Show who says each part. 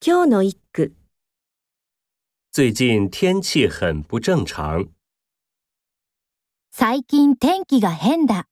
Speaker 1: 今日の一句、
Speaker 2: 最近天气很不正常。
Speaker 3: 最近天気が変だ。